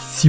Si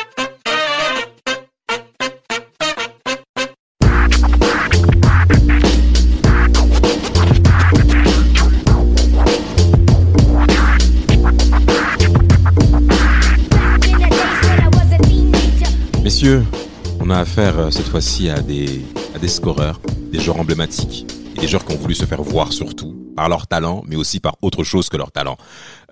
Messieurs, on a affaire euh, cette fois-ci à des, à des scoreurs, des joueurs emblématiques et des joueurs qui ont voulu se faire voir surtout par leur talent, mais aussi par autre chose que leur talent.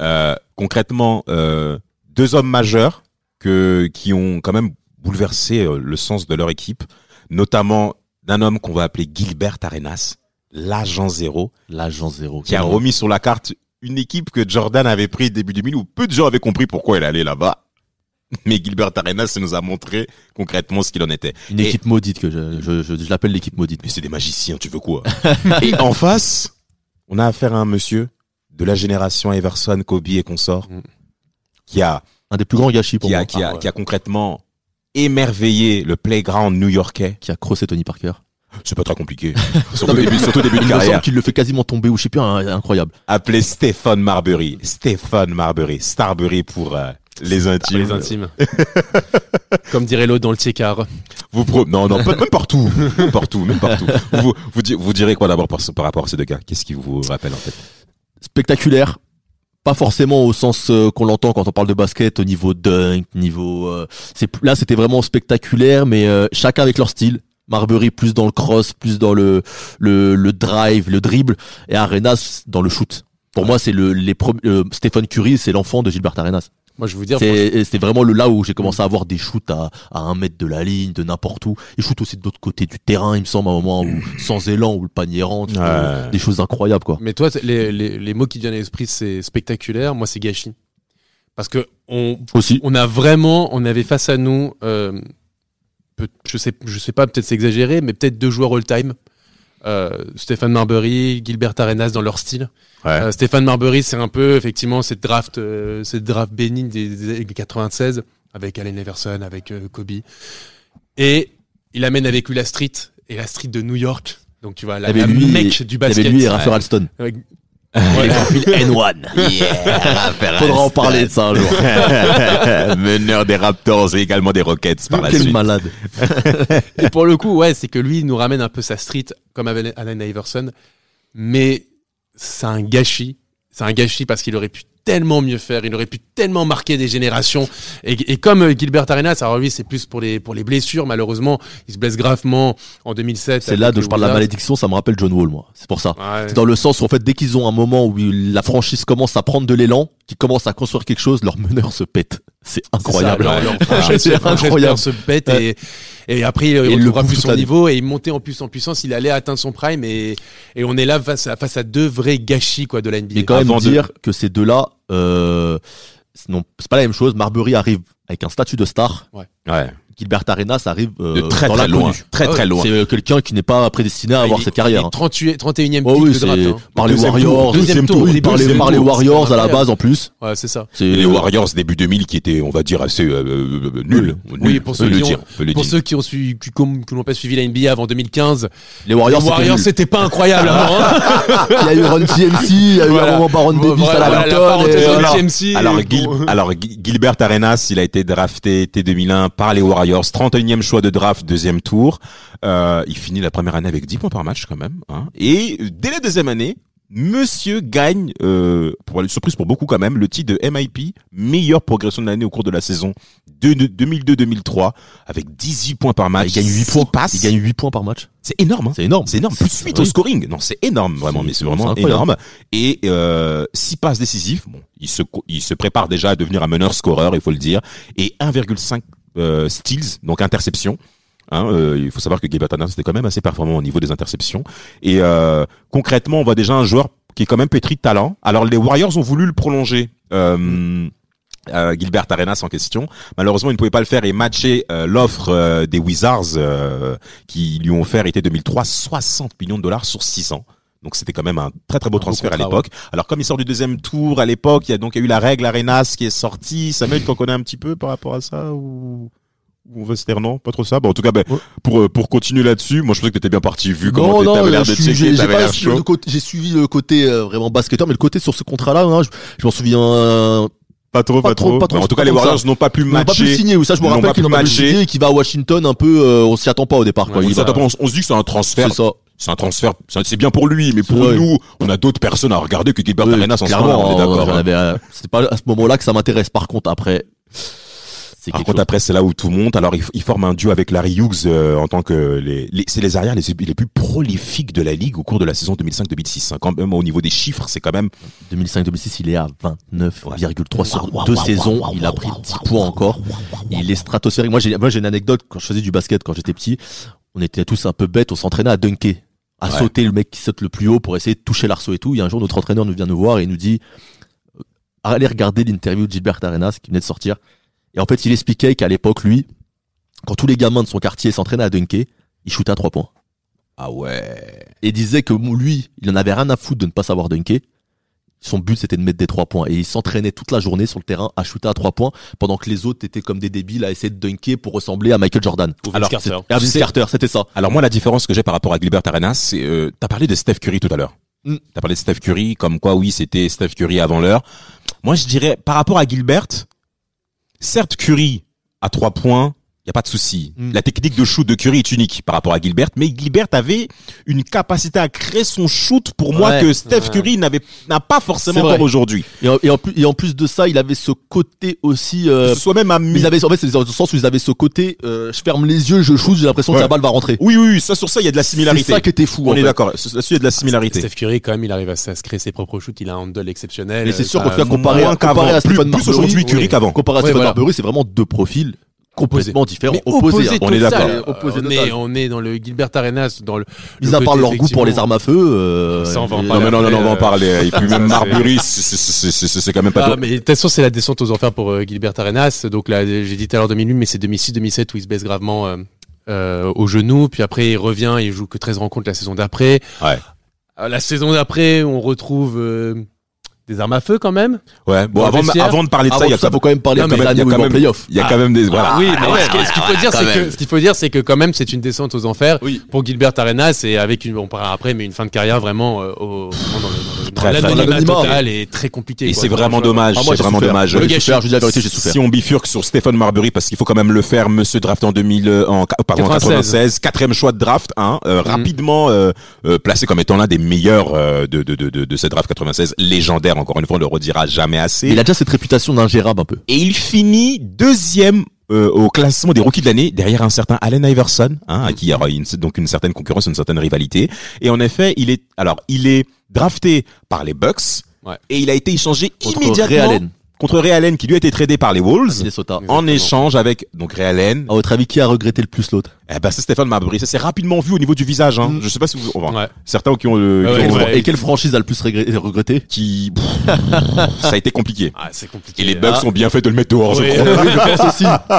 Euh, concrètement, euh, deux hommes majeurs que, qui ont quand même bouleversé euh, le sens de leur équipe, notamment d'un homme qu'on va appeler Gilbert Arenas, l'agent zéro, L'agent zéro. qui a remis sur la carte une équipe que Jordan avait pris début 2000 où peu de gens avaient compris pourquoi il allait là-bas. Mais Gilbert Arenas nous a montré concrètement ce qu'il en était. Une Et- équipe maudite que je, je, je, je l'appelle l'équipe maudite. Mais c'est des magiciens, tu veux quoi Et en face, on a affaire à un monsieur de la génération Everson, Kobe et consort, Mm. qui a, Un des plus grands gâchis Mmh. pour qui moi. ah euh, a, qui a, ouais. qui a concrètement émerveillé le playground new-yorkais. Qui a crossé Tony Parker. C'est pas très compliqué, Non, surtout mais- début, surtout début de Il me semble carrière. qu'il le fait quasiment tomber ou je sais plus, un- incroyable. Appelé Stephen Marbury, Stephen Marbury, Starbury pour euh, les Pour intimes. les intimes. Comme dirait l'autre dans le Tiercar. Vous pro- non, non, pas- même partout, même partout, même partout. Vous, vous, di- vous direz quoi d'abord par, par rapport à ces deux gars Qu'est-ce qui vous rappelle en fait Spectaculaire. Pas forcément au sens euh, qu'on l'entend quand on parle de basket, au niveau dunk, niveau. euh, c'est là, c'était vraiment spectaculaire, mais euh, chacun avec leur style. Marbury plus dans le cross, plus dans le le, le drive, le dribble, et Arenas dans le shoot. Pour moi, c'est le les premi- euh, Stephen Curry, c'est l'enfant de Gilbert Arenas. Moi, je vais vous dire, C'est c'est vraiment le là où j'ai commencé à avoir des shoots à, à un mètre de la ligne, de n'importe où. Ils shootent aussi de l'autre côté du terrain, il me semble, à un moment où, sans élan, où le panier rentre. Ouais. euh, Des choses incroyables, quoi. Mais toi, t- les, les, les mots qui te viennent à l'esprit, c'est spectaculaire. Moi, c'est gâchis. Parce que on, Aussi. on a vraiment, on avait face à nous, euh, peut- je sais, je sais pas, peut-être c'est exagéré, mais peut-être deux joueurs all-time. Euh, Stéphane Marbury, Gilbert Arenas dans leur style. Ouais. Euh, Stéphane Marbury, c'est un peu effectivement cette draft, euh, cette draft bénigne des, des années 96 avec Allen Iverson, avec euh, Kobe. Et il amène avec lui la street et la street de New York. Donc tu vois, la, Il y la avait Eh ben lui mec du Il y basket. avait lui et Raphaël Alston. Avec- Les profils N1. Ah, Faudra en parler de ça un jour. Meneur des Raptors et également des Rockets par la Quel suite. malade. Et pour le coup, ouais, c'est que lui, il nous ramène un peu sa street, comme avec Allen Iverson. Mais c'est un gâchis. C'est un gâchis parce qu'il aurait pu tellement mieux faire. Il aurait pu tellement marquer des générations. Et, et comme euh, Gilbert Arenas, alors lui, c'est plus pour les, pour les blessures, malheureusement. Il se blesse gravement en 2007. C'est là avec dont les je parle de la Wizards. malédiction, ça me rappelle John Wall, moi. C'est pour ça. Ouais. C'est dans le sens où, en fait, dès qu'ils ont un moment où la franchise commence à prendre de l'élan, qu'ils commencent à construire quelque chose, leur meneur se pète. C'est incroyable. Ça, leur- leur franchise- C'est leur franchise incroyable. se pète et, et après il il le retrouvera bouffe plus toute son l'année. niveau et il montait en plus en puissance, il allait atteindre son prime et, et on est là face à, face à deux vrais gâchis quoi de la NBA. Mais quand même Avant de- dire que ces deux-là, euh, c'est- non, c'est pas la même chose. Marbury arrive avec un statut de star. Ouais. Gilbert Arenas arrive euh, De très dans très l'inconnu. loin. Très Ah très ouais, loin. C'est euh, quelqu'un qui n'est pas prédestiné à Ah, avoir il est- cette il carrière. est hein. 38 31e Oh pick oui, de draft. c'est hein. par les Deuxième Warriors, tour, deuxième tour, tour, oui, par, les, deuxième par les tour, Warriors à la incroyable. base en plus. Ouais, c'est euh, ça. C'est- Et les Warriors début 2000 qui étaient, on va dire, assez euh, euh, euh, nuls. Nuls, pour on ceux peut le qui ont- dire, on peut le Pour dire. ceux qui ont su, qui, comme- qui n'ont pas suivi la NBA avant 2015, les Warriors, les c'était Warriors, nul. c'était pas incroyable. avant, hein. il y a eu Ron TMC, il y a eu Voilà. un moment Baron Voilà, Davis à la voilà, la Hampton, parenthèse et de voilà. TMC, Alors, et Gil- bon. alors, Gui- Gilbert Arenas, il a été drafté été 2001 par les Warriors, 31e choix de draft, deuxième tour. Euh, il finit la première année avec 10 points par match quand même. hein. Et dès la deuxième année, Monsieur gagne, euh, pour une surprise pour beaucoup quand même, le titre de MIP, meilleure progression de l'année au cours de la saison de- de 2002-2003, avec 18 points par match. Ah, Il gagne 8 six points. passes. Il gagne 8 points par match. C'est énorme. hein. C'est énorme. C'est énorme. Plus 8 au Oui. scoring. Non, c'est énorme, vraiment, C'est- mais c'est c'est vraiment incroyable. énorme. Et euh, 6 passes décisives. Bon, il se, co- il se prépare déjà à devenir un meneur scoreur, il faut le dire. Et 1,5 euh, steals, donc interception. Hein, euh, il faut savoir que Gilbert Arenas c'était quand même assez performant au niveau des interceptions. Et euh, concrètement, on voit déjà un joueur qui est quand même pétri de talent. Alors les Warriors ont voulu le prolonger. Euh, euh, Gilbert Arenas en question. Malheureusement, il ne pouvait pas le faire et matcher euh, l'offre euh, des Wizards euh, qui lui ont offert été 2003 60 millions de dollars sur 6 ans. Donc c'était quand même un très très beau Un beau transfert à contrat, l'époque. Alors comme il sort du deuxième tour à l'époque, il y a donc il y a eu la règle Arenas qui est sortie. Samuel, tu en connais un petit peu par rapport à ça ou ou on veut se taire, non Pas trop ça. Bon, en tout cas, ben, Ouais. pour euh, pour continuer là-dessus, moi je trouvais que t'étais bien parti vu comment Non, t'étais- non, t'avais l'air je de suis- checker, j'ai- j'ai t'avais pas l'air suivi le chaud. côté- j'ai suivi le côté euh, vraiment basketteur, mais le côté sur ce contrat-là, hein, je, je m'en souviens euh, Pas trop, pas pas trop, trop. pas trop, En tout pas cas, les trop ça. Warriors n'ont pas pu ils n'ont pas pu le matcher. signer. Ou ça, je me Ils n'ont rappelle pas pu qu'ils n'ont pas pu le matcher. signer et qu'il va à Washington un peu. euh, on s'y attend pas au départ. Ouais, Quoi. On Il s'attend va- pas, on- on se dit que c'est un transfert bah. C'est ça. C'est un transfert, c'est c'est bien pour lui, mais pour Ouais. nous, on a d'autres personnes à regarder que Gilbert Oui, Arenas en ce clairement, moment, on est euh, d'accord. j'en hein. avais, euh, c'est pas à ce moment-là que ça m'intéresse. Par contre, après, c'est Par quelque contre, chose. après, c'est là où tout monte. Alors, ils il forment un duo avec Larry Hughes euh, en tant que les, les- c'est les arrières les, les plus prolifiques de la ligue au cours de la saison 2005-2006. hein. Quand même, au niveau des chiffres, c'est quand même 2005-2006, il est à 29,3 sur deux saisons. Il a pris 10 points encore. Il est stratosphérique. Moi, j'ai moi, j'ai une anecdote. Quand je faisais du basket, quand j'étais petit, on était tous un peu bêtes. On s'entraînait à dunker, à Ouais. sauter le mec qui saute le plus haut pour essayer de toucher l'arceau et tout. Il y a un jour, notre entraîneur nous vient nous voir et il nous dit euh, Allez regarder l'interview de Gilbert Arenas qui venait de sortir. Et en fait, il expliquait qu'à l'époque, lui, quand tous les gamins de son quartier s'entraînaient à dunker, il shootait à 3 points ah ouais. et disait que mou- lui, il en avait rien à foutre de ne pas savoir dunker. Son but, c'était de mettre des trois points. Et il s'entraînait toute la journée sur le terrain à shooter à trois points, pendant que les autres étaient comme des débiles à essayer de dunker pour ressembler à Michael Jordan. Ou Vince Alors, Carter. c'est- Ah, Vince C'est- Carter, c'était ça. Alors moi, la différence que j'ai par rapport à Gilbert Arenas, c'est euh, t'as parlé de Steph Curry tout à l'heure. Mm. T'as parlé de Steph Curry, comme quoi oui, c'était Steph Curry avant l'heure. Moi, je dirais par rapport à Gilbert, certes Curry à trois points, y a pas de souci. Mm. La technique de shoot de Curry est unique par rapport à Gilbert, mais Gilbert avait une capacité à créer son shoot pour moi Ouais. que Steph Ouais. Curry n'avait n'a pas forcément C'est vrai. encore aujourd'hui. Et en, et en plus, et en plus de ça, il avait ce côté aussi, Que euh, ce soit même à mi- ils avaient, en fait, c'est dans le sens où ils avaient ce côté, euh, je ferme les yeux, je shoot, j'ai l'impression Ouais. que la balle va rentrer. Oui, oui, oui, ça sur ça, il y a de la similarité. C'est ça Ah, qui était fou, On en est fait. d'accord. Là-dessus, il y a de la similarité. Steph Curry, quand même, il arrive à, se- à se créer ses propres shoots. Il a un handle exceptionnel. Euh, Mais c'est sûr Ça- qu'en tout cas, comparé Moins à, comparé qu'avant. Plus- à Stephen plus Marbury, aujourd'hui Curry oui. qu'avant. comparé à Ouais, Stephen voilà. Marbury, c'est vraiment deux profils complètement différents, Mais opposés. opposé hein. on est total. d'accord. Euh, opposé On on, est- est, on est dans le Gilbert Arenas, dans le. Mis à part leur goût pour les armes à feu, euh, Ça, on va en et- Non, parler. mais non, non, non, on va en Euh, parler. Et puis même ça, c'est- Marbury, c'est- c'est- c'est c'est- c'est quand même pas Ah, tout. mais de toute façon, c'est la descente aux enfers pour euh, Gilbert Arenas. Donc là, j'ai dit tout à l'heure 2008, mais c'est 2006-2007 où il se baisse gravement euh, euh, au genou. Puis après, il revient, il joue que 13 rencontres la saison d'après. Ouais. Euh, la saison d'après, on retrouve euh, des armes à feu quand même. Ouais, bon, Dans le avant, vestiaire. avant de parler de Avant ça, il y a tout Ah, ça, quand faut quand même parler Non, de mais il y a l'année où quand il est en même- playoff. il y a quand même des, voilà. Ah Ah, oui, mais ouais, ce que- ce qu'il faut dire, quand c'est que même. ce qu'il faut dire, c'est que quand même, c'est une descente aux enfers Oui. pour Gilbert Arenas et avec une, on parlera après, mais une fin de carrière vraiment euh, au, vraiment dans le- dans Très, le- très dans l'anonymat anonymat. total et très compliqué. Et quoi. c'est vraiment Franchement, dommage, Ah, moi, c'est j'ai vraiment souffert. dommage. Moi, Le j'ai gâchis. souffert, je dis la vérité, j'ai souffert. Si on bifurque sur Stephen Marbury, parce qu'il faut quand même le faire, monsieur draft en 2000, euh, en, ca- pardon, en 96. 96, quatrième choix de draft, hein, euh, rapidement euh, euh, placé comme étant l'un des meilleurs euh, de, de, de, de, de cette draft 96, légendaire, encore une fois, on le redira jamais assez. Mais il a déjà cette réputation d'ingérable un peu. et il finit deuxième euh, au classement des rookies de l'année derrière un certain Allen Iverson, hein, à qui il y aura une- donc une certaine concurrence, une certaine rivalité. Et en effet, il est alors il est drafté par les Bucks Ouais. et il a été échangé Contre immédiatement Ray Allen, contre Ray Allen qui lui a été tradé par les à Wolves. Minnesota. En Exactement. Oh. échange avec donc Ray Allen, À votre avis, qui a regretté le plus l'autre eh ben c'est Stéphane Marbury. Ça s'est rapidement vu au niveau du visage. Hein. Mm. Je sais pas si vous, enfin, Ouais. Ah certains qui ont, le- Ouais, qui, Quelle ont- ouais. fran- Et quelle franchise a le plus regré- regretté qui- ça a été compliqué. Ah, c'est compliqué. Et les Bucks ont bien fait de le mettre dehors, Oui. je crois.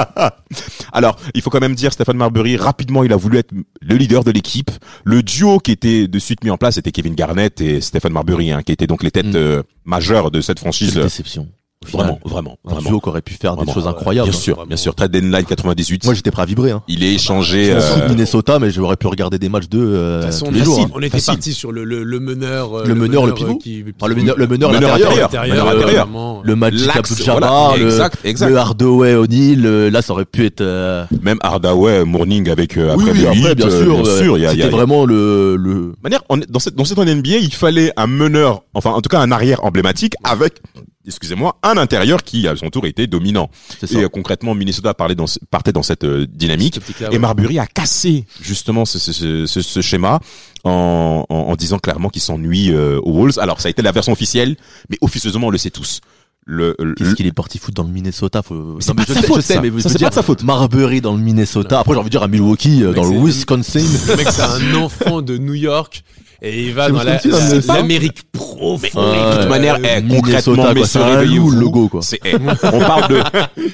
Alors, il faut quand même dire, Stéphane Marbury, rapidement, il a voulu être le leader de l'équipe. Le duo qui était de suite mis en place, c'était Kevin Garnett et Stéphane Marbury, hein, qui étaient donc les têtes Mm. euh, majeures de cette franchise. Quelle déception. au final. Vraiment, vraiment, Un vraiment. duo qui aurait pu faire des Vraiment. choses Ah ouais. incroyables. bien sûr, vraiment. bien sûr. Trade Deadline 98. Moi, j'étais prêt à vibrer. Hein. il est échangé. Je m'en euh, fous de Minnesota, mais j'aurais pu regarder des matchs d'eux euh, De toute façon, tous les jours. facile, hein. on était Facile. parti sur le, le, le meneur, euh, Le meneur, le euh, pivot. qui, Enfin, le meneur, le meneur, Meneur l'intérieur. intérieur. intérieur, Meneur intérieur. vraiment. euh, Le match L'axe, Jabba, voilà. le, Exact, exact. le Hardaway, O'Neal, euh, là ça aurait pu être. euh, même Hardaway, Morning avec euh, oui, après oui, le après hit, bien euh, sûr. bien euh, sûr. Il y a, il y C'était a- vraiment le, le De manière, on est- dans cette dans cette année NBA, il fallait un meneur, enfin en tout cas un arrière emblématique avec, excusez-moi, un intérieur qui à son tour était dominant. c'est ça. Et euh, concrètement, Minnesota parlait dans, ce- partait dans cette euh, dynamique. Et Marbury a cassé justement ce, ce- ce- ce- ce schéma en, en- en disant clairement qu'il s'ennuie euh, aux Wolves. Alors ça a été la version officielle, mais officieusement on le sait tous. Le, le- Qu'est-ce qu'il est parti foutre dans le Minnesota faut... c'est pas Non, mais de je sa sais, faute, je sais, ça. mais vous Ça, vous c'est pas dire, de sa faute. Marbury dans le Minnesota. Après, j'ai envie de dire à Milwaukee, euh, Le mec, dans le c'est- Wisconsin. Le mec, c'est un enfant de New York et il va C'est dans la- Wisconsin, hein, la- mais ça l'Amérique profonde. Ah, de toute euh, manière, eh, concrètement, Minnesota, mais quoi, c'est un loup, le logo, quoi. C'est, eh, on parle de,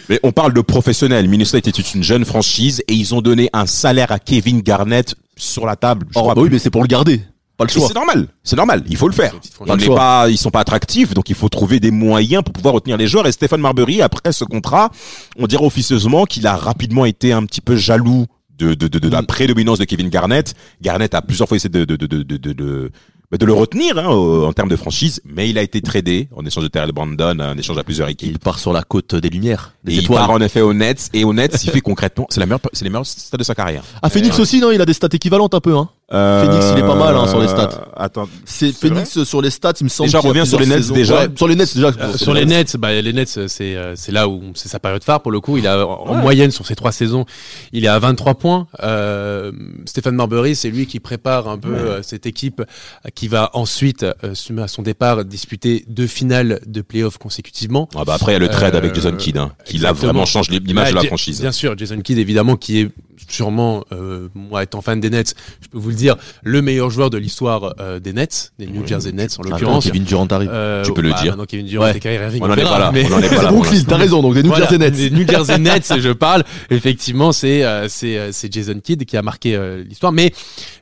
mais on parle de professionnels. Minnesota était une jeune franchise et ils ont donné un salaire à Kevin Garnett sur la table. je Or, crois, bah oui, mais c'est pour le garder. Pas le Et choix. c'est normal, c'est normal, il faut le faire. Petite On le franchise. n'est choix. pas, ils sont pas attractifs, donc il faut trouver des moyens pour pouvoir retenir les joueurs. Et Stéphane Marbury, après ce contrat, on dirait officieusement qu'il a rapidement été un petit peu jaloux de, de, de, de la Mm. prédominance de Kevin Garnett. Garnett a plusieurs fois essayé de, de, de, de, de, de, de- bah, de le retenir hein, au- en termes de franchise, mais il a été tradé en échange de Terrell Brandon, en échange à plusieurs équipes. Il part sur la côte des Lumières, des Et il étoiles. part en effet aux Nets, et aux Nets, il fait concrètement, c'est la meilleure, c'est les meilleurs stats de sa carrière. Ah, Euh, Phoenix aussi, non Il a des stats équivalentes un peu. Hein. Phoenix, il est pas mal, hein, sur les stats. Euh, Attends, C'est C'est Phoenix euh, sur les stats, il me semble. Déjà, qu'il y a reviens sur les plusieurs Nets, saisons. déjà. Ouais, sur les Nets déjà. je Euh, pense. sur les Nets, bah, les Nets, euh, c'est euh, c'est là où c'est sa période phare pour le coup. Il a en en moyenne sur ses trois saisons, il est à 23 points. Euh, Stéphane Marbury, c'est lui qui prépare un peu euh, cette équipe euh, qui va ensuite, euh, à son départ, disputer deux finales de playoffs consécutivement. Ah bah après, il y a le trade Euh, avec Jason Kidd, hein, qui là exactement. vraiment change l'image Ouais, de Bah, la J- franchise. Bien sûr, Jason Kidd, évidemment, qui est sûrement, euh, moi étant fan des Nets, je peux vous le dire, le meilleur joueur de l'histoire euh, des Nets, des New Jersey Nets en Attends, l'occurrence. Kevin Durant arrive. Euh, Ah, Tu peux le bah, dire. maintenant, Kevin Durant Ouais. et Kyrie Irving, On en est verra, pas là. mais- On en est pas là. C'est pour Brooklyn, t'as raison, donc des New Voilà, Jersey Nets. des New Jersey Nets, je parle. Effectivement, c'est euh, c'est euh, c'est Jason Kidd qui a marqué euh, l'histoire. Mais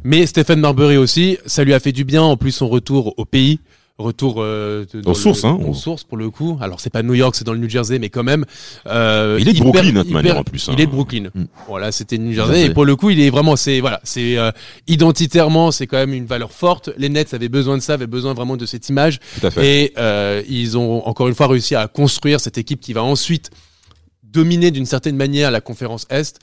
mais Stephen Marbury aussi, ça lui a fait du bien. En plus, son retour au pays, retour euh, de- dans le- sources, hein. aux sources pour le coup. Alors c'est pas New York, c'est dans le New Jersey, mais quand même. euh, Il est de hyper- Brooklyn, de toute hyper- manière, en plus, hein. Il est de Brooklyn. Mm. Voilà, c'était New Bien Jersey. joué. Et pour le coup, il est vraiment, c'est voilà, c'est euh, identitairement, c'est quand même une valeur forte. Les Nets avaient besoin de ça, avaient besoin vraiment de cette image. Tout à fait. Et euh, ils ont encore une fois réussi à construire cette équipe qui va ensuite dominer d'une certaine manière la conférence Est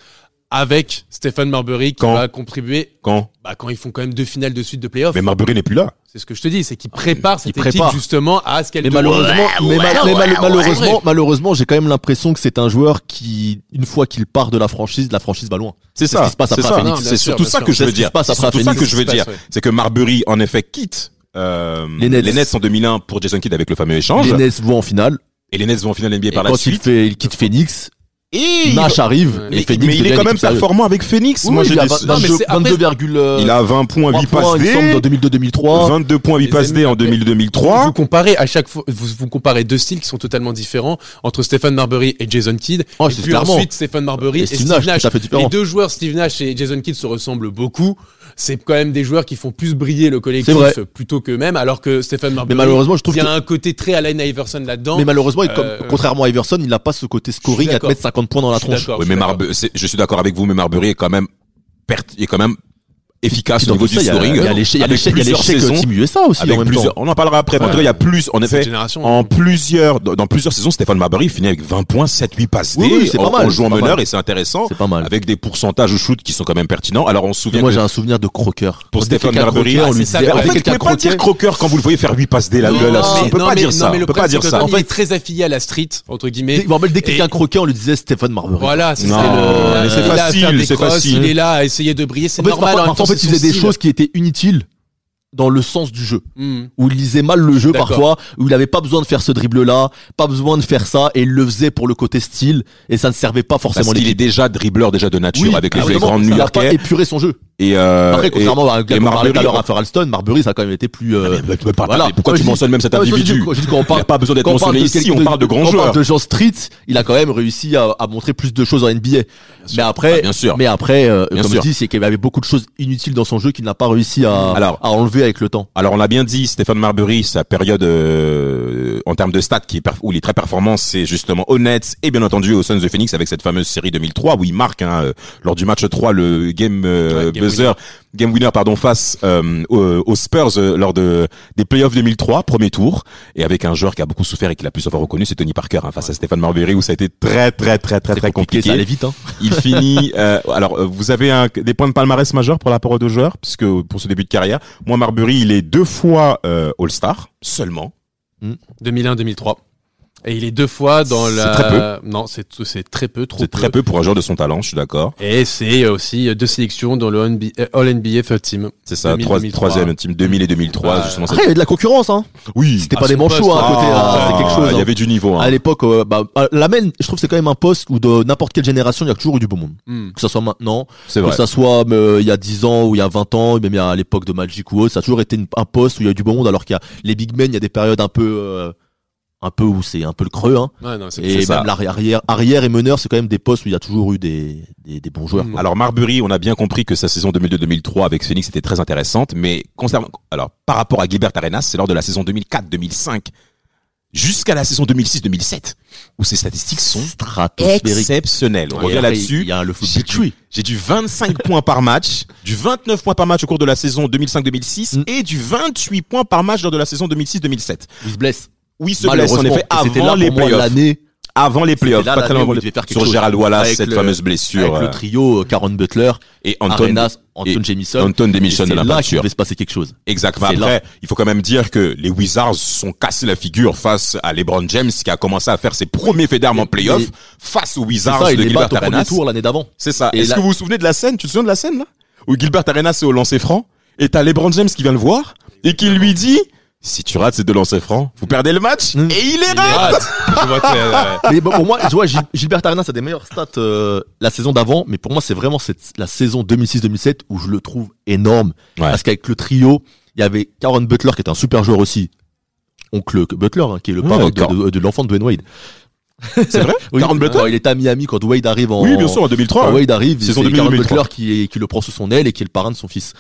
avec Stephen Marbury qui Quand va contribuer Quand bah, quand ils font quand même deux finales de suite de playoffs. Mais Marbury n'est plus là. C'est ce que je te dis, c'est qu'ils préparent cette équipe préparent. justement à ce qu'elle Mais devienne. malheureusement, mais ma- mais mal- ouais. malheureusement, malheureusement, j'ai quand même l'impression que c'est un joueur qui, une fois qu'il part de la franchise, la franchise va loin. C'est ça. ça. C'est ça. Non, bien C'est sûr, surtout bien ça sûr. que je C'est veux ce qui dire. se passe C'est après surtout Phoenix, ça que c'est je veux ce qui se dire. passe, ouais. C'est que Marbury, en effet, quitte euh, Les Nets. en 2001 pour Jason Kidd avec le fameux échange. Les Nets vont en finale. Et les Nets vont en finale NBA Et par la quand il, suite. fait, il quitte Phoenix, Et il- Nash arrive. Ouais. mais, et Phoenix mais il est devient quand une même équipe sérieuse. performant avec Phoenix. Oui, Moi, j'ai il a des- vingt- Non, mais vingt- c'est après- 22, virgule, euh, il a 20 points, 8 trois passes points, il me semble, D. dans 2002-2003. 22 points, 8 Les passes D en amis, 2000-2003. Vous comparez à chaque fois, vous, vous comparez deux styles qui sont totalement différents entre Stephen Marbury et Jason Kidd. Oh, et c'est puis clairement. ensuite Stephen Marbury et, Et Steve Nash, tout à fait différent. Les deux joueurs, Steve Nash et Jason Kidd, se ressemblent beaucoup. C'est quand même des joueurs qui font plus briller le C'est collectif vrai. plutôt qu'eux-mêmes, alors que Stephen Marbury, malheureusement, je trouve il y a que- un côté très Allen Iverson là-dedans. Mais malheureusement, il- comme- Euh, contrairement à Iverson, il n'a pas ce côté scoring à te d'accord. mettre 50 points dans la Je suis tronche. d'accord, Oui, je mais suis d'accord. Marbury, c'est- je suis d'accord avec vous, mais Marbury est quand même pert- il est quand même efficace au Dans niveau tout du ça, il y a- scoring. Il y a l'échec, il y a Avec l'échec- il y a plusieurs l'échec saisons, Team USA aussi avec en même temps. plusieurs- On en parlera après. mais en tout cas, il y a plus, en cette effet, génération. en plusieurs, dans dans plusieurs saisons, Stéphane Marbury finit avec 20 points, 7, 8 passes Oui, D. oui, c'est pas en- mal, En jouant c'est pas meneur, mal. et c'est intéressant. C'est pas mal. Avec des pourcentages au shoot qui sont quand même pertinents. Alors, on se souvient Moi, que- j'ai un souvenir de Crocker. Pour Quand dès Stephen quelqu'un Marbury, croquait, on ah, lui c'est ça, disait- mais en dès fait, avec vous pouvez quelqu'un pas croquait- dire croqueur quand vous le voyez faire 8 passes D, la Non, gueule. mais- On peut non, pas mais- dire non, ça. mais le On peut pas problème, dire c'est que ça. Il est très affilié à la street, entre guillemets. Dès- bon, mais dès que quelqu'un Et- croquait, on lui disait Stéphane Marbury. Voilà, c'est Non, ça, le- mais il c'est est là à facile, faire des c'est crosses, facile. Il est là à essayer de briller, c'est En fait, normal. parfois, en même temps, en fait, c'est il faisait son des style. choses qui étaient inutiles dans le sens du jeu. Hmm. Où il lisait mal le jeu D'accord. parfois, où il avait pas besoin de faire ce dribble-là, pas besoin de faire ça, et il le faisait pour le côté style, et ça ne servait pas Parce forcément qu'il est l'équipe. déjà dribbleur déjà de nature Oui, avec les, ah, les vraiment, grandes ça New n'a pas Yorkais. épuré son jeu. Et, euh, Après, et- contrairement à un gars et qu'on parlait tout à Marbury, Ah, l'heure à Alston, Marbury, ça a quand même été plus, euh, Mais tu peux pas Voilà. parler. Pourquoi tu Moi, je dis- mentionnes même cet Non, mais je dis- individu je dis qu'on Il n'y parle- a pas besoin d'être Quand on parle mentionné de ici, quelques- on parle de grands quand on joueurs. parle de Jean Street, il a quand même réussi à, à montrer plus de choses en NBA. Mais après, Ah, bien sûr. mais après, euh, Bien comme sûr. je dis, c'est qu'il y avait beaucoup de choses inutiles dans son jeu qu'il n'a pas réussi à, Alors- à enlever avec le temps. Alors on l'a bien dit, Stéphane Marbury, sa période euh, en termes de stats qui est perf- où il est très performant, c'est justement aux Nets et bien entendu aux Suns de Phoenix avec cette fameuse série 2003 où il marque hein, euh, lors du match 3 le game, euh, Ouais, game buzzer, game winner pardon face euh, aux, aux Spurs euh, lors de des playoffs 2003, premier tour et avec un joueur qui a beaucoup souffert et qui l'a plus souvent reconnu, c'est Tony Parker hein, face à Stéphane Marbury où ça a été très très très très très compliqué. Ça allait vite, hein. Il finit. euh, alors, euh, vous avez un- des points de palmarès majeurs pour la parole de joueur, puisque pour ce début de carrière, moi Marbury, il est deux fois euh, All-Star seulement. 2001-2003. Et il est deux fois dans C'est la. très peu. Non, c'est c'est très peu, trop C'est très peu pour un joueur de son talent, je suis d'accord. Et c'est aussi euh, deux sélections dans le NBA, euh, All NBA First Team. C'est ça, 2000, trois- 2003. troisième team 2000 et 2003, Ouais. justement. Après, il y avait de la concurrence, hein. cette- oui. C'était À pas des son manchots, poste, hein, à côté, Ah, hein. C'était quelque chose. Il hein. y avait du niveau. À Hein. l'époque, euh, bah, à la main, je trouve que c'est quand même un poste où de n'importe quelle génération, il y a toujours eu du bon monde. Hmm. Que ça soit maintenant, C'est que vrai. ça soit euh, il y a 10 ans ou il y a 20 ans, même il y a à l'époque de Magic ou autre, ça a toujours été une- un poste où il y a eu du bon monde alors qu'il y a les big men, il y a des périodes un peu euh, un peu où c'est un peu le creux. Hein. Ouais, non, c'est- Et même ça. l'arri- arrière, arrière et meneur, c'est quand même des postes où il y a toujours eu des, des, des bons joueurs. Mm. Alors Marbury, on a bien compris que sa saison 2002-2003 avec Phoenix était très intéressante, mais concernant, alors par rapport à Gilbert Arenas, c'est lors de la saison 2004-2005 jusqu'à la saison 2006-2007 où ses statistiques sont Stratosphérique. exceptionnelles. On revient Et là-dessus. Il y a le foot J'ai du, j'ai du 25 points par match, du 29 points par match au cours de la saison 2005-2006 Mm. et du 28 points par match lors de la saison 2006-2007. Il se blesse. Oui, se blesse en Malheureusement. effet Et c'était là avant pour les moi playoffs. l'année Avant les C'était playoffs, là pas très loin l'année où avant il les- devait faire quelque sur chose. Gérald Wallace, Avec cette le- fameuse blessure avec euh, le trio euh, Caron Butler, et Anton, Arenas, Anton et- Jamison. Anton Et démissionne de c'est la là qu'il peinture. devait se passer quelque chose. Exactement. C'est Après, il faut quand même dire que les Wizards se sont cassés la figure face à LeBron James qui a commencé à faire ses premiers faits d'armes en Mais- playoff mais- face aux C'est Wizards ça, il de les Gilbert bat au premier Arenas. tour l'année d'avant. C'est ça. Et Est-ce là- que vous vous souvenez de la scène Tu te souviens de la scène là Où Gilbert Arenas est au lancer franc et t'as LeBron James qui vient le voir et qui lui dit si tu rates ces deux lancers francs, vous perdez le match Mm. et il les Ah, rate. tu vois, t'es, euh, mais bon, pour moi, tu vois, Gil- Gilbert Arenas a des meilleures stats euh, la saison d'avant, mais pour moi, c'est vraiment cette, la saison 2006-2007 où je le trouve énorme. Ouais. Parce qu'avec le trio, il y avait Caron Butler qui était un super joueur aussi. Oncle Butler, hein, qui est le Ouais, parent de, Caron. de- de l'enfant de Dwayne Wade. C'est vrai Oui, Caron Butler quand il était à Miami quand Wade arrive en. Oui, bien sûr en 2003. Quand Wade arrive, c'est Saison Caron 2000-2003. Butler qui, est- qui le prend sous son aile et qui est le parrain de son fils.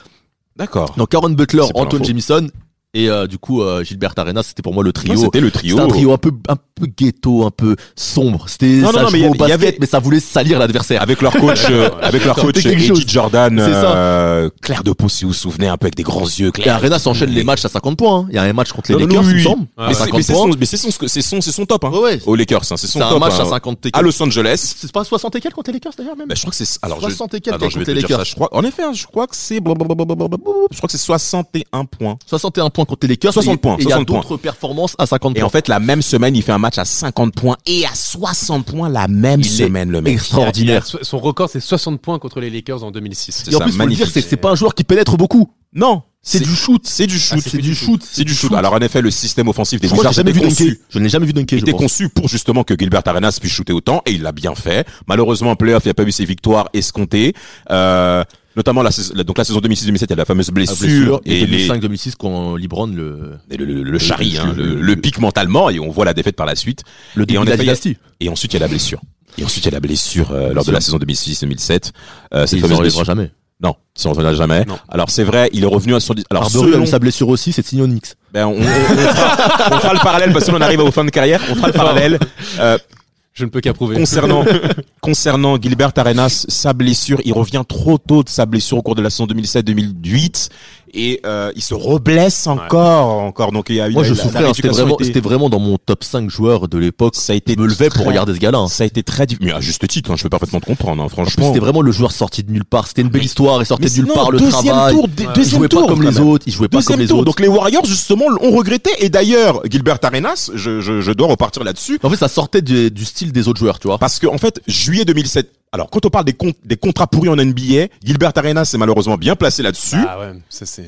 D'accord. Donc Caron Butler, C'est pas Anton l'info. Jamison et euh, du coup euh, Gilbert Arenas, c'était pour moi le Non, trio. C'était le trio. C'était un trio un peu, un peu ghetto, un peu sombre. C'était Non, non, ça non, mais jouait il y au avait- il y basket, avait- mais ça voulait salir l'adversaire. Avec leur coach, euh, avec leur Attends, coach t'es quelque Eddie chose. Jordan, C'est ça. euh, Claire de Pau, si vous vous souvenez, un peu avec des grands yeux. Et Claire. Arenas enchaîne les matchs à 50 points. hein. Il y a un match contre Non, non, les Lakers, oui, il me oui. semble. Mais Ah, à c'est mais 50 c'est points. son, mais c'est son, c'est son, c'est son top. Hein. Ouais, ouais. Au Lakers, hein, c'est son C'est un top. match hein. à 50 et à quelques. Los Angeles. C'est pas 60 et quelques contre les Lakers d'ailleurs même Bah, je crois que c'est alors je, 60 et attends, quelques je vais contre te les dire ça. Lakers. Je crois, en effet, hein, je crois que c'est je crois que c'est 61 points. 61 points contre les Lakers. 60 et- points, Et il y a 60 points. d'autres performances à 50 Et points. en fait, la même semaine, il fait un match à 50 points et à 60 points la même Il est semaine le mec. extraordinaire. so- son record, c'est 60 points contre les Lakers en 2006. C'est Et en ça, plus, faut le magnifique. dire, c'est c'est pas un joueur qui pénètre beaucoup. Non, C'est du shoot, c'est du shoot, Ah, c'est du shoot, c'est du shoot. Alors en effet, le système offensif des Je crois que Wizards j'ai jamais était vu dunker. conçu. Je ne l'ai jamais vu dunker. Il je était pense. conçu pour justement que Gilbert Arenas puisse shooter autant et il l'a bien fait. Malheureusement, en playoff, il n'a pas eu ses victoires escomptées. Euh, notamment la, saison- la- donc la saison 2006-2007, il y a la fameuse Ah, blessure, blessure. et, Et les, 2005-2006 quand LeBron le et le, le, le charrie, le- hein, le- le, le- le pique mentalement et on voit la défaite par la suite. le début en de la effet, dynastie. Et ensuite, il y a la blessure. Et ensuite, il y a la blessure euh, lors de la saison 2006-2007. Euh, Et cette Il ne fameuse reviendra blessure. jamais. Non, ça on reviendra jamais. Non. Alors c'est vrai, il est revenu à son. Alors Arbery a selon, eu sa blessure aussi, c'est Signonix. ben, on, on- on fera, on fera le parallèle parce que là, on arrive aux fins de carrière. On fera le parallèle. Euh, Je ne peux qu'approuver. concernant concernant Gilbert Arenas, sa blessure, il revient trop tôt de sa blessure au cours de la saison 2007-2008 et euh, il se reblesse encore, encore. Donc il y a eu Moi, la- je la- la souffrais. hein, C'était rééducation vraiment, était- c'était vraiment dans mon top 5 joueurs de l'époque. ça a été Je me levais pour très- regarder ce gars-là. hein. Ça a été très difficile, mais à juste titre. hein, je peux parfaitement te comprendre, hein, Puis franchement. C'était vraiment le joueur sorti de nulle part. C'était une belle histoire. Il sortait Mais de nulle sinon, part le deuxième travail. tour, dé- Ouais. Il deuxième jouait pas tour, comme quand les même. autres. Il jouait pas Deuxième comme les tour. autres. Donc les Warriors justement ont regretté. Et d'ailleurs, Gilbert Arenas, je, je, je dois repartir là-dessus. En fait, ça sortait du, du style des autres joueurs, tu vois. Parce que en fait, juillet 2007. Alors quand on parle des, con- des contrats pourris en NBA, Gilbert Arenas est malheureusement bien placé là-dessus. Ah ouais, ça c'est.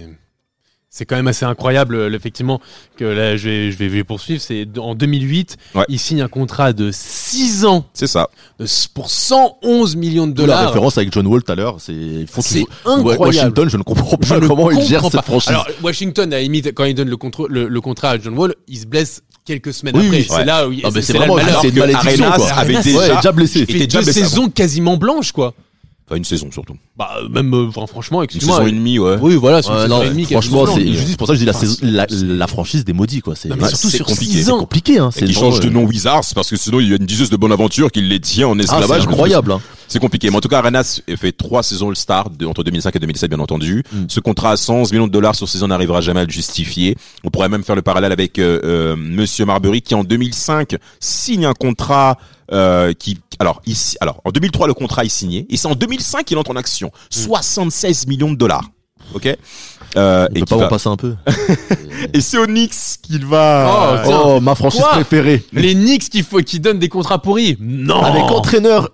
C'est quand même assez incroyable, euh, effectivement, que là, je vais, je vais, je vais poursuivre. C'est de- en 2008, Ouais. il signe un contrat de 6 ans C'est ça. de- pour 111 millions de D'où la dollars. référence avec John Wall tout à l'heure, c'est ils font C'est toujours- Ouais, incroyable. Washington, je ne comprends Je pas ne comment ils gèrent comprends cette pas. franchise. Alors, Washington, à la limite, quand il donne le, contre- le, le contrat à John Wall, il se blesse quelques semaines Oui, après. oui, c'est ouais. là où il Ah, mais c'est c'est là le vraiment malheur. c'est une malédiction Arenas quoi. avait Ouais, déjà- déjà blessé. Il était fait déjà deux blessé avant. saisons quasiment blanches, quoi. Enfin, une saison surtout. Bah, même, euh, enfin, franchement, Une saison excuse-moi. et demie, ouais. Oui, voilà, c'est une Ouais, saison non, et demie, franchement, quasiment c'est blanche. je dis pour ça que je dis la, Enfin, saison- la, la franchise des maudits quoi. C'est Non, mais ouais, surtout c'est sur compliqué, c'est 6 ans. compliqué hein. Et C'est qui change de euh, nom Wizards parce que sinon il y a une diseuse de Bonaventure qui les tient en Ah, c'est esclavage. incroyable. hein. C'est compliqué. Mais en tout cas, Arenas fait trois saisons le star de- entre 2005 et 2007, bien entendu. Mm. Ce contrat à 111 millions de dollars sur saison n'arrivera jamais à le justifier. On pourrait même faire le parallèle avec euh, euh, Monsieur Marbury qui en 2005 signe un contrat euh, qui, alors ici, alors en 2003 le contrat est signé et c'est en 2005 qu'il entre en action. Mm. 76 millions de dollars. Ok. Euh, On et peut qui pas en va- passer un peu. et c'est au Knicks qu'il va. Oh, tiens. Oh, ma franchise Quoi préférée. Les Knicks qui, faut- qui donnent des contrats pourris. Non. Avec entraîneur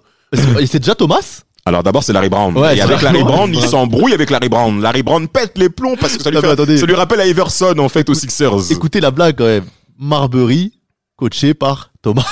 Et c'est déjà Thomas Alors d'abord c'est Larry Brown. Ouais, et c'est avec Larry Larry Brown, Brown. il s'embrouille avec Larry Brown. Larry Brown pète les plombs parce que ça lui, Non, mais fait- attendez. ça lui rappelle à Everson en fait aux Sixers. Écoutez la blague quand même. Marbury coaché par Thomas.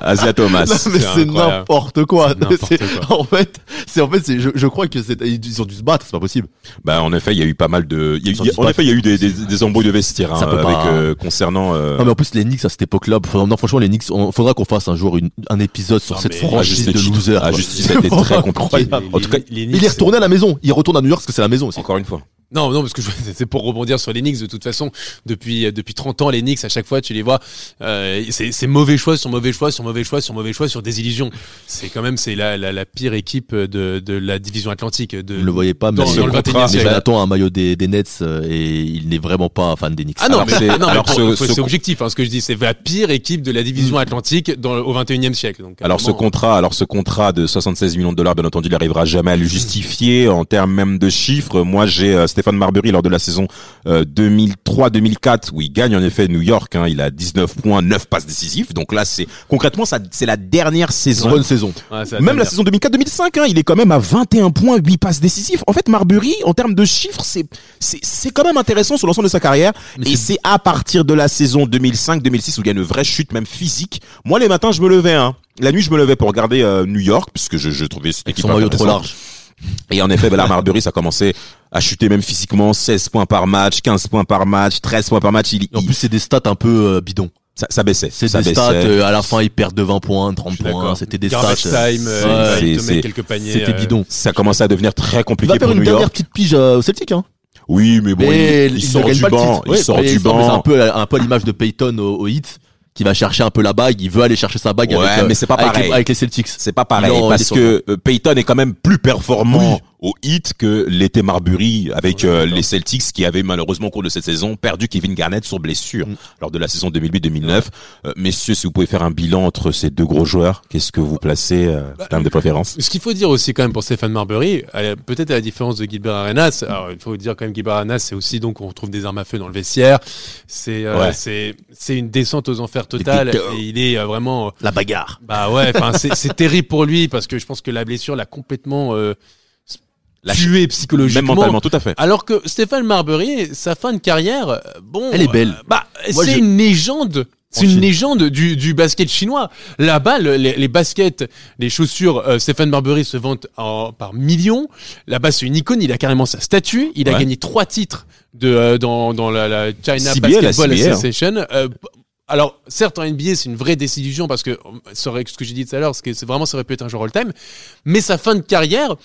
Asia Thomas. Non, mais C'est c'est incroyable. n'importe quoi. C'est n'importe C'est- En fait, c'est en fait, c'est- je, je crois que c'est ils ont dû se battre, c'est pas possible. Bah, en effet, il y a eu pas mal de. il y a- Ils sont il y a- en pas- effet, il y a eu des, des, des embrouilles de vestiaire hein, Ça peut avec, pas. Ah, euh, concernant. euh, Non mais en plus les Knicks à cette époque-là, faut- non, franchement les Knicks, on, faudra qu'on fasse un jour une- un épisode sur Non, cette mais- franchise à de juste titre. losers. À quoi. juste titre, Ah, C'est ça a été vraiment très compliqué. incroyable. En tout cas, Il est retourné à la maison. Il retourne à New York parce que c'est la maison aussi. Encore une fois. Non, non, parce que je- c'est pour rebondir sur les Knicks. De toute façon, depuis, euh, depuis 30 ans, les Knicks, à chaque fois, tu les vois, euh, c'est c'est mauvais choix sur mauvais choix sur mauvais choix sur mauvais choix sur des illusions. C'est quand même c'est la, la, la pire équipe de, de la division atlantique. De... Vous ne le voyez pas, mais, Dans- dans le mais 21e siècle. Jonathan a un maillot des, des Nets euh, et il n'est vraiment pas fan des Knicks. Ah non, Alors, mais, c'est- ah non, mais alors, pour- ce- faut- ce c'est con- Hmm. objectif. hein, ce que je dis, c'est la pire équipe de la division atlantique dans, le- au 21e siècle. Donc, Alors ce vraiment, contrat, alors ce contrat de 76 millions de dollars, bien entendu, il n'arrivera jamais à le justifier en termes même de chiffres. Moi, j'ai euh, Stéphane Marbury lors de la saison euh, 2003-2004 où il gagne en effet New York. hein, il a 19 points, 9 passes décisives. Donc là, c'est concrètement, ça, c'est la dernière C'est une saison. bonne saison. ouais, ça va Même la devenir- saison 2004-2005, hein, il est quand même à 21 points, 8 passes décisives. En fait, Marbury, en termes de chiffres, c'est c'est c'est quand même intéressant sur l'ensemble de sa carrière. Mais et c'est à partir de la saison 2005-2006 où il y a une vraie chute même physique. Moi, les matins, je me levais. Hein. La nuit, je me levais pour regarder euh, New York parce que je, je trouvais cette Avec équipe son maillot trop intéressante. large. Et en effet, ben là, Marbury, ça commençait à chuter même physiquement. 16 points par match, 15 points par match, 13 points par match. Il, Et en il- plus c'est des stats un peu euh, bidons. ça, ça baissait. C'est ça des baissait. stats euh, à la fin ils perdent de 20 points, Je 30 suis points. d'accord. C'était des stats. Garbage time, euh, Ouais, c'est- il te met c'est- quelques paniers. C'était euh, bidon. Ça commençait à devenir très Il va compliqué faire pour une New dernière York. petite pige euh, au Celtic. Hein. Oui, mais bon, Mais il, il ne sort gagne du pas le banc. titre. Il Ouais, sort mais du mais C'est banc. un peu, un peu à l'image de Payton au, au Heat qui va chercher un peu la bague. Il veut aller chercher sa bague Ouais, avec, euh, mais c'est pas avec pareil. les, avec les Celtics. C'est pas pareil Non, il est parce sur que euh, Payton est quand même plus performant au hit que l'était Marbury avec Ouais, euh, d'accord. les Celtics qui avaient malheureusement au cours de cette saison perdu Kevin Garnett sur blessure Mm. lors de la saison 2008-2009. Euh, messieurs, si vous pouvez faire un bilan entre ces deux gros joueurs, qu'est-ce que vous placez euh, Bah, en termes de préférence Ce qu'il faut dire aussi quand même pour Stéphane Marbury, à la- peut-être à la différence de Gilbert Arenas, alors il faut dire quand même Gilbert Arenas, c'est aussi donc on retrouve des armes à feu dans le vestiaire, c'est euh, Ouais. c'est c'est une descente aux enfers totale Des ghettos. et il est euh, vraiment euh, La bagarre. bah ouais, enfin c'est c'est terrible pour lui parce que je pense que la blessure l'a complètement euh, Lâché. tué psychologiquement. Même mentalement, tout à fait. Alors que Stéphane Marbury, sa fin de carrière, euh, bon, Elle est belle. euh, bah, Moi, c'est je- une légende. C'est En une Chine. légende du, du basket chinois. Là-bas, le- les, les baskets, les chaussures, euh, Stéphane Marbury se vendent en- par millions. Là-bas, c'est une icône. Il a carrément sa statue. Il a Ouais. gagné trois titres de euh, dans, dans la, la China CBA, la Basketball CBA, hein. Association. Euh, p- alors, certes, en NBA, c'est une vraie désillusion parce que euh, ça aurait- ce que j'ai dit tout à l'heure, c'est que c'est vraiment ça aurait pu être un joueur all-time. Mais sa fin de carrière,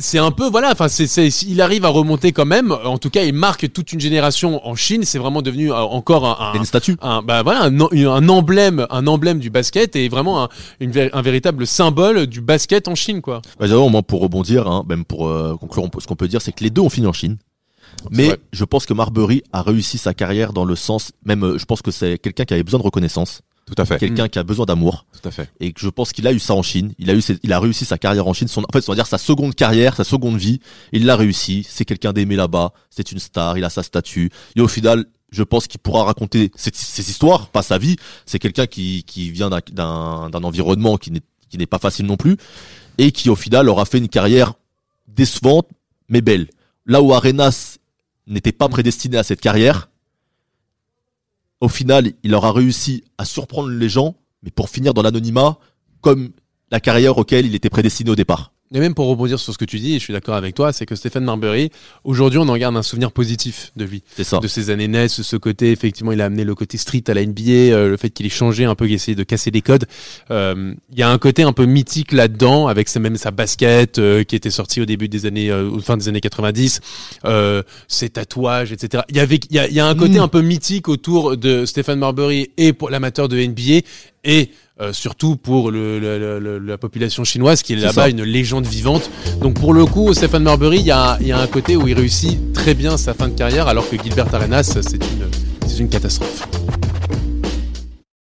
c'est un peu voilà enfin c'est c'est- il arrive à remonter quand même en tout cas il marque toute une génération en Chine c'est vraiment devenu euh, encore un, Il y a une statue. un, un- bah voilà un, en- une- un emblème un emblème du basket et vraiment un, une vé- un véritable symbole du basket en Chine quoi Bah, J'avoue, moi, pour rebondir, hein, même pour euh, conclure, on peut- ce qu'on peut dire, c'est que les deux ont fini en Chine. Mais vrai. je pense que Marbury a réussi sa carrière dans le sens, même, euh, je pense que c'est quelqu'un qui avait besoin de reconnaissance, Tout à fait. quelqu'un qui a besoin d'amour, Tout à fait. et que je pense qu'il a eu ça en Chine. Il a eu, ses- il a réussi sa carrière en Chine. Son, en fait, on va dire sa seconde carrière, sa seconde vie. Il l'a réussi. C'est quelqu'un d'aimé là-bas. C'est une star. Il a sa statue. Et au final, je pense qu'il pourra raconter ses, ses histoires, pas sa vie. C'est quelqu'un qui, qui vient d'un- d'un d'un environnement qui n'est qui n'est pas facile non plus, et qui au final aura fait une carrière décevante mais belle. Là où Arenas n'était pas prédestiné à cette carrière, au final, il aura réussi à surprendre les gens, mais pour finir dans l'anonymat, comme la carrière auquel il était prédestiné au départ. Et même pour rebondir sur ce que tu dis, et je suis d'accord avec toi, c'est que Stéphane Marbury, aujourd'hui, on en garde un souvenir positif de lui, C'est ça. de ses années NES, ce côté, effectivement, il a amené le côté street à la NBA, euh, le fait qu'il ait changé un peu, qu'il ait essayé de casser des codes. Euh, Il y a un côté un peu mythique là-dedans, avec sa- même sa basket euh, qui était sortie au début des années, euh, au fin des années 90, euh, ses tatouages, etc. Il y avait, il y a, il y a un côté Mm. un peu mythique autour de Stéphane Marbury et pour l'amateur de NBA et euh, surtout pour le, le- le- le- la population chinoise qui est C'est là-bas ça. une légende vivante. Donc pour le coup, Stéphane Marbury, il y a, il y a un côté où il réussit très bien sa fin de carrière alors que Gilbert Arenas, c'est une, c'est une catastrophe.